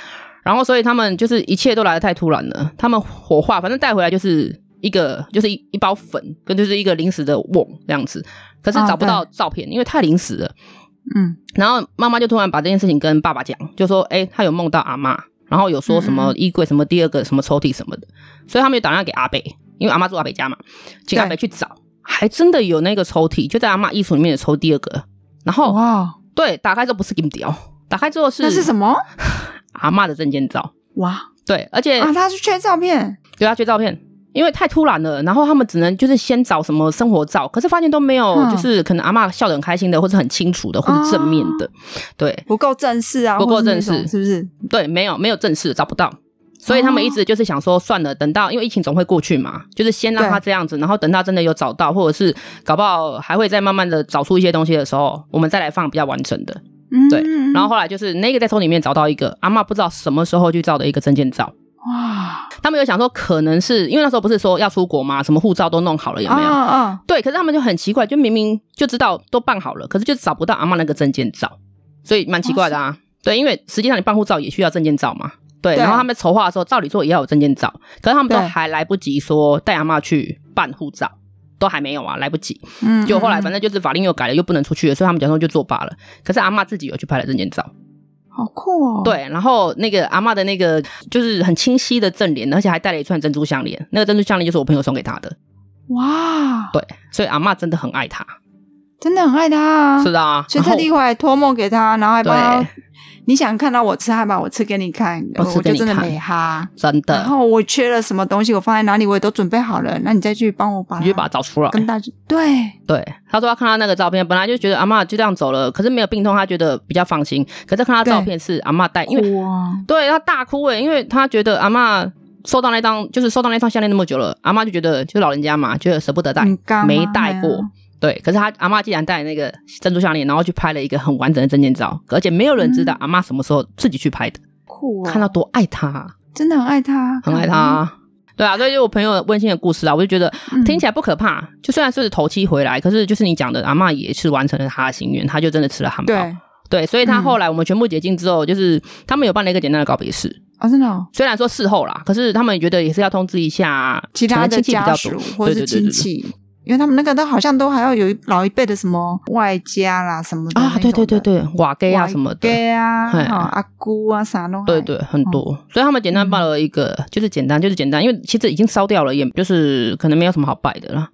[SPEAKER 1] 然后所以他们就是一切都来的太突然了，他们火化反正带回来就是一个就是一一包粉跟就是一个临时的瓮这样子，可是
[SPEAKER 2] 哦
[SPEAKER 1] 找不到照片，因为太临时了，
[SPEAKER 2] 嗯，
[SPEAKER 1] 然后妈妈就突然把这件事情跟爸爸讲，就说：“哎、她有梦到阿妈，然后有说什
[SPEAKER 2] 嗯
[SPEAKER 1] 么衣柜、什么第二个、什么抽屉什么的。”所以他们就打电话给阿北，因为阿妈住阿北家嘛，请阿北去找，还真的有那个抽屉，就在阿妈衣橱里面的抽第二个，然后
[SPEAKER 2] 哇，
[SPEAKER 1] 对，打开之后不是金条，打开之后
[SPEAKER 2] 那
[SPEAKER 1] 哦是
[SPEAKER 2] 是什么？
[SPEAKER 1] 阿嬷的证件照。
[SPEAKER 2] 哇
[SPEAKER 1] 对，而且
[SPEAKER 2] 啊，他是缺照片，
[SPEAKER 1] 对他缺照片，因为太突然了，然后他们只能就是先找什么生活照，可是发现都没有，
[SPEAKER 2] 嗯哦
[SPEAKER 1] 就是可能阿嬷笑得很开心的，或者很清楚的，或者正面的，对
[SPEAKER 2] 不够正式啊，
[SPEAKER 1] 不够
[SPEAKER 2] 或是那种
[SPEAKER 1] 正式
[SPEAKER 2] 是不是？
[SPEAKER 1] 对，没有没有正式的找不到。所以他们一直就是想说，算了，等到因为疫情总会过去嘛，就是先让他这样子，然后等到真的有找到，或者是搞不好还会再慢慢的找出一些东西的时候，我们再来放比较完整的。
[SPEAKER 2] 嗯，
[SPEAKER 1] 对
[SPEAKER 2] 嗯
[SPEAKER 1] 然后后来就是那个在抽里面找到一个阿嬷不知道什么时候去照的一个证件照，
[SPEAKER 2] 哇，
[SPEAKER 1] 他们有想说可能是因为那时候不是说要出国嘛，什么护照都弄好了有
[SPEAKER 2] 啊
[SPEAKER 1] 没有？
[SPEAKER 2] 啊，
[SPEAKER 1] 对，可是他们就很奇怪，就明明就知道都办好了，可是就找不到阿嬷那个证件照，所以蛮奇怪的啊。对，因为实际上你办护照也需要证件照嘛。对，
[SPEAKER 2] 对
[SPEAKER 1] 然后他们筹划的时候，照理说也要有证件照，可是他们都
[SPEAKER 2] 对
[SPEAKER 1] 还来不及说带阿嬷去办护照，都还没有啊，来不 及。
[SPEAKER 2] 嗯，
[SPEAKER 1] 就后来
[SPEAKER 2] 嗯
[SPEAKER 1] 反正就是法令又改了，又不能出去了，所以他们假装就作罢了。可是阿嬷自己有去拍了证件照，
[SPEAKER 2] 好酷哦，，
[SPEAKER 1] 对，然后那个阿嬷的那个就是很清晰的正脸，而且还戴了一串珍珠项链，那个珍珠项链就是我朋友送给她的，
[SPEAKER 2] 哇，
[SPEAKER 1] 对，所以阿嬷真的很爱她，
[SPEAKER 2] 真的很爱他啊，
[SPEAKER 1] 是的啊，
[SPEAKER 2] 所以
[SPEAKER 1] 然
[SPEAKER 2] 特
[SPEAKER 1] 后
[SPEAKER 2] 地回来托梦给他，然后还帮他
[SPEAKER 1] 对，
[SPEAKER 2] 你想看到我吃，还把我吃给你看，
[SPEAKER 1] 我吃
[SPEAKER 2] 我
[SPEAKER 1] 给
[SPEAKER 2] 就
[SPEAKER 1] 你
[SPEAKER 2] 真的
[SPEAKER 1] 看
[SPEAKER 2] 没哈。
[SPEAKER 1] 真
[SPEAKER 2] 然
[SPEAKER 1] 的，
[SPEAKER 2] 后我缺了什么东西，我放在哪里，我也都准备好了。那你再去帮我把它，
[SPEAKER 1] 你就把她找出来。
[SPEAKER 2] 啊跟大家对，
[SPEAKER 1] 对，他说他看到那个照片，本来就觉得阿嬷就这样走了，可是没有病痛，他觉得比较放心。可是看到照片是阿嬷戴，因为
[SPEAKER 2] 哇，
[SPEAKER 1] 对他大哭欸诶、因为他觉得阿嬷收到那张就是收到那双项链那么久了，阿嬷就觉得就是老人家嘛，觉得舍不得戴，
[SPEAKER 2] 很刚啊
[SPEAKER 1] 没戴
[SPEAKER 2] 哎
[SPEAKER 1] 过
[SPEAKER 2] 呀。
[SPEAKER 1] 对，可是他阿嬷既然戴那个珍珠项链，然后去拍了一个很完整的证件照，而且没有人
[SPEAKER 2] 嗯
[SPEAKER 1] 知道阿嬷什么时候自己去拍的，
[SPEAKER 2] 酷哦，
[SPEAKER 1] 看到多爱她啊，
[SPEAKER 2] 真的很爱他，
[SPEAKER 1] 很爱她啊。对啊，所以就我朋友温馨的故事啊，我就觉得
[SPEAKER 2] 嗯
[SPEAKER 1] 听起来不可怕。就虽然是头七回来，可是就是你讲的，阿嬷也是完成了她的心愿，她就真的吃了汉堡。
[SPEAKER 2] 对嗯
[SPEAKER 1] 对，所以她后来我们全部解禁之后，就是他们有办了一个简单的告别式，
[SPEAKER 2] 哦，真的哦，
[SPEAKER 1] 虽然说事后啦，可是他们觉得也是要通知一下
[SPEAKER 2] 其
[SPEAKER 1] 可
[SPEAKER 2] 他
[SPEAKER 1] 能
[SPEAKER 2] 的
[SPEAKER 1] 亲戚比
[SPEAKER 2] 家
[SPEAKER 1] 较
[SPEAKER 2] 属
[SPEAKER 1] 多，
[SPEAKER 2] 或
[SPEAKER 1] 对
[SPEAKER 2] 是
[SPEAKER 1] 对对对
[SPEAKER 2] 亲戚。因为他们那个都好像都还要有一老一辈的什么外家啦什么的
[SPEAKER 1] 啊，对对对对，瓦
[SPEAKER 2] 对
[SPEAKER 1] 给啊什么的，
[SPEAKER 2] 对啊，
[SPEAKER 1] 嘿
[SPEAKER 2] 哦阿姑啊啥都还
[SPEAKER 1] 对对，很多，所以他们简
[SPEAKER 2] 嗯
[SPEAKER 1] 单办了一个，就是简单，就是简单，因为其实已经烧掉了，也就是可能没有什么好拜的啦。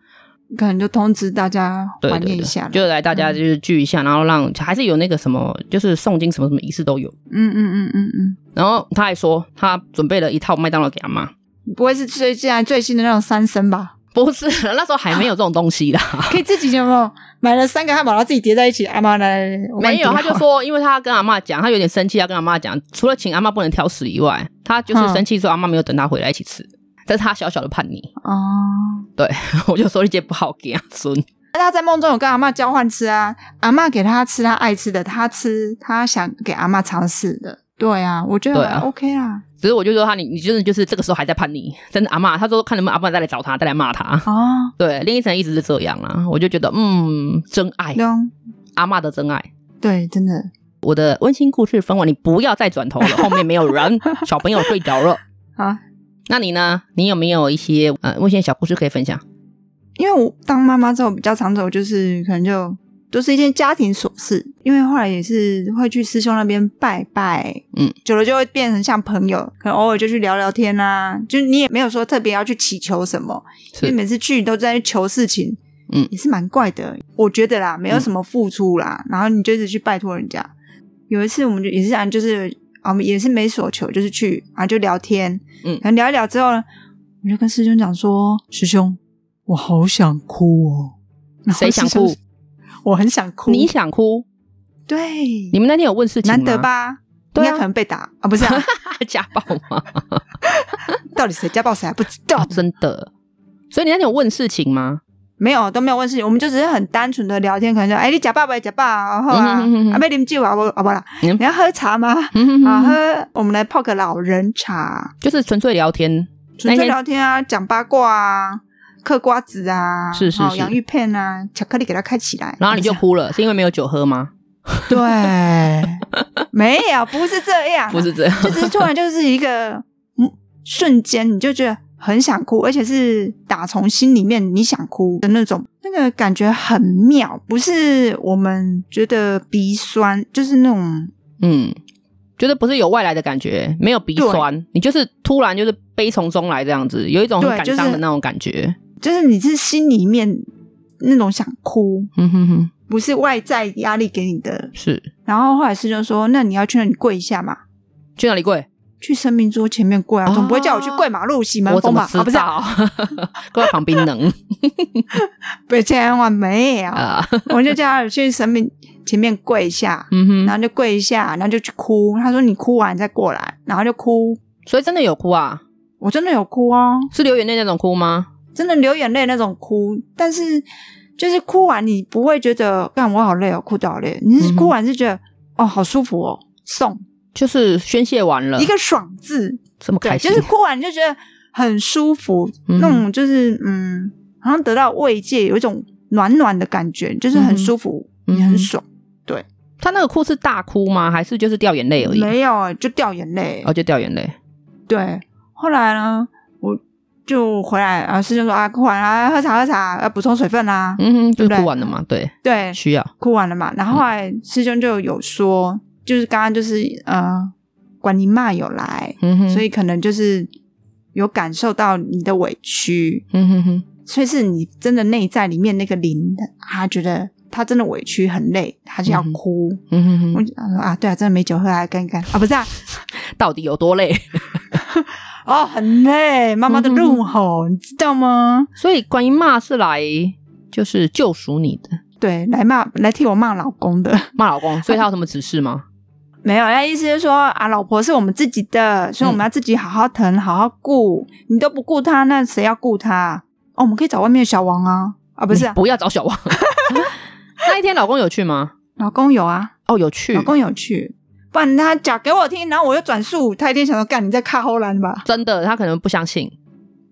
[SPEAKER 2] 可能就通知大家
[SPEAKER 1] 对
[SPEAKER 2] 怀
[SPEAKER 1] 对
[SPEAKER 2] 念一
[SPEAKER 1] 对
[SPEAKER 2] 下啦，嗯
[SPEAKER 1] 就来大家就是聚一下，然后让还是有那个什么，就是诵经什么什么仪式都有。
[SPEAKER 2] 嗯嗯嗯嗯嗯，
[SPEAKER 1] 然后他还说，他准备了一套麦当劳给阿妈，
[SPEAKER 2] 你不会是最现在最新的那种三升吧？
[SPEAKER 1] 不是那时候还没有这种东西啦，
[SPEAKER 2] 可以自己有没有买了三个汉堡，然后自己叠在一起？阿妈来，来来 我帮你
[SPEAKER 1] 没有，
[SPEAKER 2] 叠
[SPEAKER 1] 他就
[SPEAKER 2] 好
[SPEAKER 1] 说，因为他跟阿妈讲，他有点生气，要跟阿妈讲，除了请阿妈不能挑食以外，他就是
[SPEAKER 2] 嗯
[SPEAKER 1] 生气说阿妈没有等他回来一起 吃，这是他小小的叛逆。
[SPEAKER 2] 哦。
[SPEAKER 1] 我就说你姐不好给啊孙，
[SPEAKER 2] 那他在梦中有跟阿妈交换吃啊，阿妈给他吃他爱吃的，他吃他想给阿妈尝试的。对啊，我觉得
[SPEAKER 1] 对啊
[SPEAKER 2] OK 啦。
[SPEAKER 1] 只是我就说他，你你真的就是这个时候还在叛逆，真的阿嬷，他说看能不能阿嬷再来找他，再来骂他。
[SPEAKER 2] 哦，
[SPEAKER 1] 对，另一层一直是这样啊，我就觉得嗯，真爱
[SPEAKER 2] 对，啊
[SPEAKER 1] 阿嬷的真爱。
[SPEAKER 2] 对，真的
[SPEAKER 1] 我的温馨故事分完，你不要再转头了，后面没有人，小朋友睡着了。
[SPEAKER 2] 啊，
[SPEAKER 1] 那你呢？你有没有一些呃温馨的小故事可以分享？
[SPEAKER 2] 因为我当妈妈之后比较常走，就是可能就都是一些家庭琐事，因为后来也是会去师兄那边拜拜，
[SPEAKER 1] 嗯，
[SPEAKER 2] 久了就会变成像朋友，可能偶尔就去聊聊天啦、啊，就是你也没有说特别要去祈求什么，因为
[SPEAKER 1] 是
[SPEAKER 2] 每次去都在求事情，
[SPEAKER 1] 嗯
[SPEAKER 2] 也是蛮怪的。我觉得啦，没有什么付出啦，然后你就一直去拜托人家。有一次我们就也是啊，就是啊，我们也是没所求，就是去啊就聊天，
[SPEAKER 1] 嗯
[SPEAKER 2] 然后聊一聊之后呢，我就跟师兄讲说，师兄，我好想哭哦。然后
[SPEAKER 1] 谁想
[SPEAKER 2] 师兄
[SPEAKER 1] 哭？
[SPEAKER 2] 我很想哭。
[SPEAKER 1] 你想哭？
[SPEAKER 2] 对，
[SPEAKER 1] 你们那天有问事情吗
[SPEAKER 2] 难得？吧？
[SPEAKER 1] 对啊
[SPEAKER 2] 应该可能被打啊，不是、啊？
[SPEAKER 1] 家暴吗？
[SPEAKER 2] 到底谁家暴谁还不知道
[SPEAKER 1] 啊，？真的。所以你那天有问事情吗？
[SPEAKER 2] 没有，都没有问事情，我们就只是很单纯的聊天，可能就哎、你假爸爸假爸，好啊，
[SPEAKER 1] 嗯哼嗯哼
[SPEAKER 2] 啊，要啉酒啊，我啊不啦，
[SPEAKER 1] 嗯
[SPEAKER 2] 你要喝茶吗？
[SPEAKER 1] 嗯，哎
[SPEAKER 2] 啊，喝，我们来泡个老人茶，
[SPEAKER 1] 就是纯粹聊天。
[SPEAKER 2] 纯
[SPEAKER 1] 那
[SPEAKER 2] 粹
[SPEAKER 1] 天
[SPEAKER 2] 聊天啊，讲八卦啊，嗑瓜子啊，
[SPEAKER 1] 是是
[SPEAKER 2] 好
[SPEAKER 1] 是
[SPEAKER 2] 洋芋片啊，巧克力给它开起来，
[SPEAKER 1] 然后你就
[SPEAKER 2] 啊
[SPEAKER 1] 哭了，是因为没有酒喝吗？
[SPEAKER 2] 对，没有，不是这样，啊
[SPEAKER 1] 不，是这样，
[SPEAKER 2] 就只是突然就是一个嗯瞬间，你就觉得很想哭，而且是打从心里面你想哭的那种，那个感觉很妙，不是我们觉得鼻酸，就是那种
[SPEAKER 1] 嗯，觉得不是有外来的感觉，没有鼻酸，你就是突然就是悲从中来这样子，有一种很
[SPEAKER 2] 对
[SPEAKER 1] 感
[SPEAKER 2] 就是
[SPEAKER 1] 伤的那种感觉。
[SPEAKER 2] 就是你是心里面那种想哭，
[SPEAKER 1] 嗯哼哼，
[SPEAKER 2] 不是外在压力给你的。
[SPEAKER 1] 是
[SPEAKER 2] 然后后来师兄说，那你要去那里跪一下嘛，
[SPEAKER 1] 去哪里跪？
[SPEAKER 2] 去生命桌前面跪啊，
[SPEAKER 1] 哦
[SPEAKER 2] 总不会叫我去跪马路洗
[SPEAKER 1] 我
[SPEAKER 2] 门
[SPEAKER 1] 怎
[SPEAKER 2] 风
[SPEAKER 1] 么
[SPEAKER 2] 吧？
[SPEAKER 1] 知
[SPEAKER 2] 啊，不是啊，
[SPEAKER 1] 道？ 跪在旁边能
[SPEAKER 2] 不千万没有，
[SPEAKER 1] 啊？
[SPEAKER 2] 我就叫他去生命前面跪一下，
[SPEAKER 1] 嗯
[SPEAKER 2] 然
[SPEAKER 1] 哼，
[SPEAKER 2] 后就跪一下，然后就去哭。他说你哭完再过来，然后就哭。
[SPEAKER 1] 所以真的有哭啊？
[SPEAKER 2] 我真的有哭哦，
[SPEAKER 1] 是流眼泪那种哭吗？
[SPEAKER 2] 真的流眼泪那种哭，但是就是哭完你不会觉得干我好累哦，哭得好累，你
[SPEAKER 1] 嗯
[SPEAKER 2] 是
[SPEAKER 1] 哼
[SPEAKER 2] 哭完是觉得、哦好舒服哦，送
[SPEAKER 1] 就是宣泄完了
[SPEAKER 2] 一，个爽字，
[SPEAKER 1] 这么
[SPEAKER 2] 对，
[SPEAKER 1] 嗯开心，
[SPEAKER 2] 就是哭完你就觉得很舒服，
[SPEAKER 1] 嗯哼
[SPEAKER 2] 那种就是嗯，好像得到慰藉，有一种暖暖的感觉，就是很舒服，
[SPEAKER 1] 嗯哼
[SPEAKER 2] 你很爽，
[SPEAKER 1] 他那个哭是大哭吗？还是就是掉眼泪而已？
[SPEAKER 2] 没有啊就掉眼泪，
[SPEAKER 1] 哦，就掉眼泪。
[SPEAKER 2] 对，后来呢，我就回来，啊，师兄说啊，哭完啦，喝茶喝茶，要补充水分啦、
[SPEAKER 1] 嗯哼，就
[SPEAKER 2] 对
[SPEAKER 1] 是哭完了嘛，对，
[SPEAKER 2] 对，
[SPEAKER 1] 需要。
[SPEAKER 2] 哭完了嘛。然后后来师兄就有说，就是刚刚就是呃，管你妈有来，
[SPEAKER 1] 嗯哼，
[SPEAKER 2] 所
[SPEAKER 1] 以，
[SPEAKER 2] 以可能就是有感受到你的委屈，
[SPEAKER 1] 嗯哼哼，
[SPEAKER 2] 所以是你真的内在里面那个灵，他觉得他真的委屈很累，他就要
[SPEAKER 1] 嗯哼
[SPEAKER 2] 哭。
[SPEAKER 1] 嗯哼
[SPEAKER 2] 我
[SPEAKER 1] 哼，
[SPEAKER 2] 就想说啊，对啊，真的没酒喝啊，干一干啊，不是啊，
[SPEAKER 1] 到底有多累？
[SPEAKER 2] 哦，很累，妈
[SPEAKER 1] 嗯
[SPEAKER 2] 妈的怒吼，你知道吗？
[SPEAKER 1] 所以观音骂是来就是救赎你的，
[SPEAKER 2] 对，来骂来替我骂老公的，
[SPEAKER 1] 骂老公，所以他有什么指示吗？
[SPEAKER 2] 没有，那意思就是说啊，老婆是我们自己的，所以我们要自己好好疼，好好顾。你都不顾她，那谁要顾她？哦，我们可以找外面的小王啊，啊， 不是啊、
[SPEAKER 1] 你不要找小王。 那一天老公有去吗？
[SPEAKER 2] 老公有啊，
[SPEAKER 1] 哦，有去
[SPEAKER 2] 老，公有去，不然他讲给我听，然后我又转述，他一定想说干你在看后栏吧？
[SPEAKER 1] 真的，他可能不相信，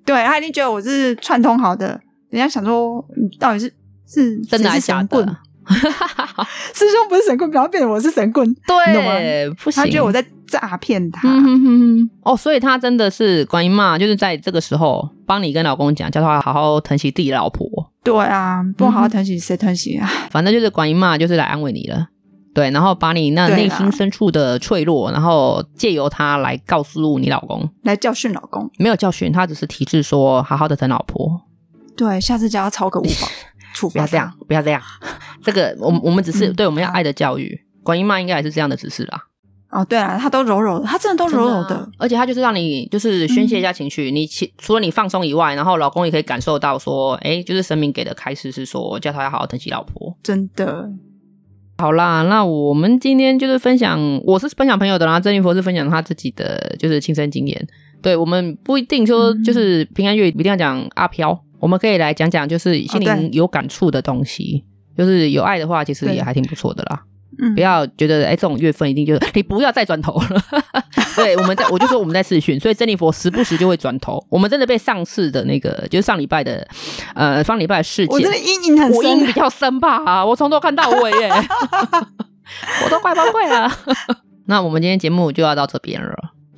[SPEAKER 2] 对他一定觉得我是串通好的，人家想说你到底是是
[SPEAKER 1] 真的还
[SPEAKER 2] 谁
[SPEAKER 1] 是
[SPEAKER 2] 是
[SPEAKER 1] 假
[SPEAKER 2] 神棍？
[SPEAKER 1] 的？
[SPEAKER 2] 师兄不是神棍，不要变成我是神棍，
[SPEAKER 1] 对，不行，
[SPEAKER 2] 他觉得我在诈骗他。
[SPEAKER 1] 嗯哼哼哼，哦，所以他真的是观音妈，就是在这个时候帮你跟老公讲，叫他好好疼惜自己的老婆。
[SPEAKER 2] 对啊，不
[SPEAKER 1] 嗯
[SPEAKER 2] 好好疼惜谁疼惜啊？
[SPEAKER 1] 反正就是观音妈就是来安慰你了，对，然后把你那
[SPEAKER 2] 对啦
[SPEAKER 1] 内心深处的脆弱，然后借由他来告诉你老公，
[SPEAKER 2] 来教训老公。
[SPEAKER 1] 没有教训他，只是提示说好好的疼老婆，
[SPEAKER 2] 对，下次叫他超个五 保，处
[SPEAKER 1] 不
[SPEAKER 2] 罚
[SPEAKER 1] 要这样
[SPEAKER 2] 他。，
[SPEAKER 1] 不要这样。 这个我们我们只是、
[SPEAKER 2] 嗯
[SPEAKER 1] 对我们要爱的教育，观音妈应该也是这样的指示啦。
[SPEAKER 2] 哦，对了，他都柔柔的，他真的都柔柔
[SPEAKER 1] 真
[SPEAKER 2] 的。嗯
[SPEAKER 1] 啊而且他就是让你就是宣泄一下情绪，你其除了你放松以外，然后老公也可以感受到说，哎，就是神明给的开示是说叫他要好好疼惜老婆。
[SPEAKER 2] 真的，
[SPEAKER 1] 好啦，那我们今天就是分享，我是分享朋友的啦，珍妮佛是分享他自己的就是亲身经验。对我们不一定说
[SPEAKER 2] 嗯
[SPEAKER 1] 就是平安月一定要讲阿飘，我们可以来讲讲就是心
[SPEAKER 2] 哦
[SPEAKER 1] 灵
[SPEAKER 2] 对
[SPEAKER 1] 有感触的东西。就是有爱的话，其实
[SPEAKER 2] 对
[SPEAKER 1] 也还挺不错的啦。
[SPEAKER 2] 嗯，
[SPEAKER 1] 不要觉得哎、这种月份一定就是你不要再转头了。 对，我们在我就说我们在试训，所以珍妮佛时不时就会转头。我们真的被上次的那个，就是上礼拜的，呃，上礼拜的事
[SPEAKER 2] 我真
[SPEAKER 1] 件
[SPEAKER 2] 的，阴影很
[SPEAKER 1] 我印比
[SPEAKER 2] 深。
[SPEAKER 1] 较深吧、我从头看到尾耶，我都快崩溃了。那我们今天节目就要到这边了。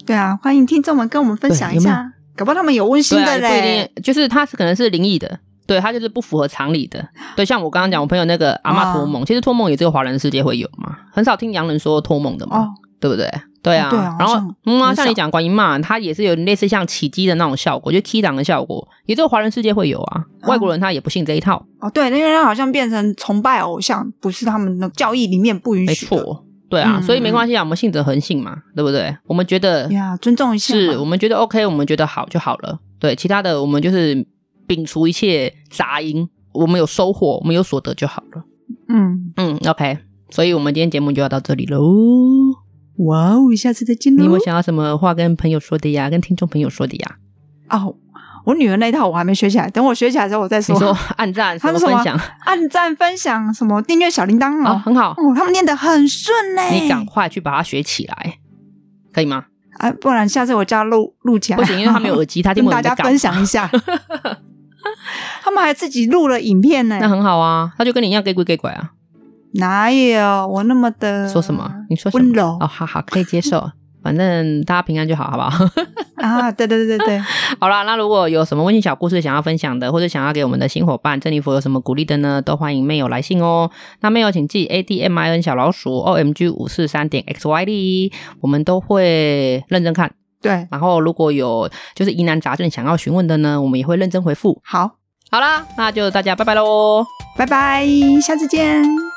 [SPEAKER 2] 对啊，欢迎听众们跟我们分享一
[SPEAKER 1] 对有
[SPEAKER 2] 下，搞不好他们有温馨
[SPEAKER 1] 对啊，
[SPEAKER 2] 的
[SPEAKER 1] 也不一定
[SPEAKER 2] 嘞。，
[SPEAKER 1] 就是它是可能是灵异的，对，它就是不符合常理的。对，像我刚刚讲，我朋友那个阿妈托梦，其实托梦也只有华人世界会有嘛，很少听洋人说托梦的嘛，
[SPEAKER 2] 哦
[SPEAKER 1] 对不对？对啊，
[SPEAKER 2] 哦对啊
[SPEAKER 1] 然
[SPEAKER 2] 好
[SPEAKER 1] 后
[SPEAKER 2] 像
[SPEAKER 1] 嗯啊，
[SPEAKER 2] 很
[SPEAKER 1] 像
[SPEAKER 2] 少
[SPEAKER 1] 你讲观音嘛，它也是有类似像起鸡的那种效果，就 key 档的效果，也只有华人世界会有啊，
[SPEAKER 2] 哦
[SPEAKER 1] 外国人他也不信这一套，
[SPEAKER 2] 哦，对，因为他好像变成崇拜偶像，不是他们的教义里面不允
[SPEAKER 1] 没
[SPEAKER 2] 许的。
[SPEAKER 1] 错，对啊，
[SPEAKER 2] 嗯
[SPEAKER 1] 所以没关系啊，我们信者恒信嘛，对不对？我们觉得
[SPEAKER 2] 呀，尊重一下嘛。
[SPEAKER 1] 是我们觉得 OK，我们觉得好就好了。对，其他的我们就是摒除一切杂音，我们有收获，我们有所得就好了。
[SPEAKER 2] 嗯，
[SPEAKER 1] 嗯，OK，所以我们今天节目就要到这里喽。
[SPEAKER 2] 嗯哇哦，下次再见
[SPEAKER 1] 你有没
[SPEAKER 2] 喽
[SPEAKER 1] 有。想要什么话跟朋友说的呀？跟听众朋友说的呀？
[SPEAKER 2] 哦，我女儿那一套我还没学起来，等我学起来之后我再
[SPEAKER 1] 你
[SPEAKER 2] 说。
[SPEAKER 1] 说按赞
[SPEAKER 2] 他
[SPEAKER 1] 什么
[SPEAKER 2] 们
[SPEAKER 1] 分享
[SPEAKER 2] 按赞、分享、什么订阅小铃铛
[SPEAKER 1] 啊、
[SPEAKER 2] 哦。
[SPEAKER 1] 很好，
[SPEAKER 2] 哦，他们念得很顺嘞。
[SPEAKER 1] 你赶快去把它学起
[SPEAKER 2] 哎
[SPEAKER 1] 来，可以吗？
[SPEAKER 2] 啊，不然下次我叫他录录起来。
[SPEAKER 1] 不行，因为他没有 耳机，他听
[SPEAKER 2] 跟
[SPEAKER 1] 不懂
[SPEAKER 2] 大
[SPEAKER 1] 你在
[SPEAKER 2] 家
[SPEAKER 1] 干嘛
[SPEAKER 2] 分享一下。 他们还自己录了影片呢、
[SPEAKER 1] 那很好啊，他就跟你一样给鬼给拐啊。
[SPEAKER 2] 哪有我那么的
[SPEAKER 1] 说什么？你说什么
[SPEAKER 2] 嗯温柔
[SPEAKER 1] 哦，好好可以接受， 反正大家平安就好，好不 好？
[SPEAKER 2] 啊？对对对对对，
[SPEAKER 1] 好啦，那如果有什么温馨小故事想要分享的，或者想要给我们的新伙伴珍妮佛有什么鼓励的呢，都欢迎 mail 来信哦。那 mail 请寄 a d m i n 小老鼠 o m g 五四三点 x y d，我们都会认真看。
[SPEAKER 2] 对，
[SPEAKER 1] 然后如果有就是疑难杂症想要询问的呢，我们也会认真回复。
[SPEAKER 2] 好，
[SPEAKER 1] 好啦，那就大家拜拜喽。
[SPEAKER 2] 拜拜，下次见。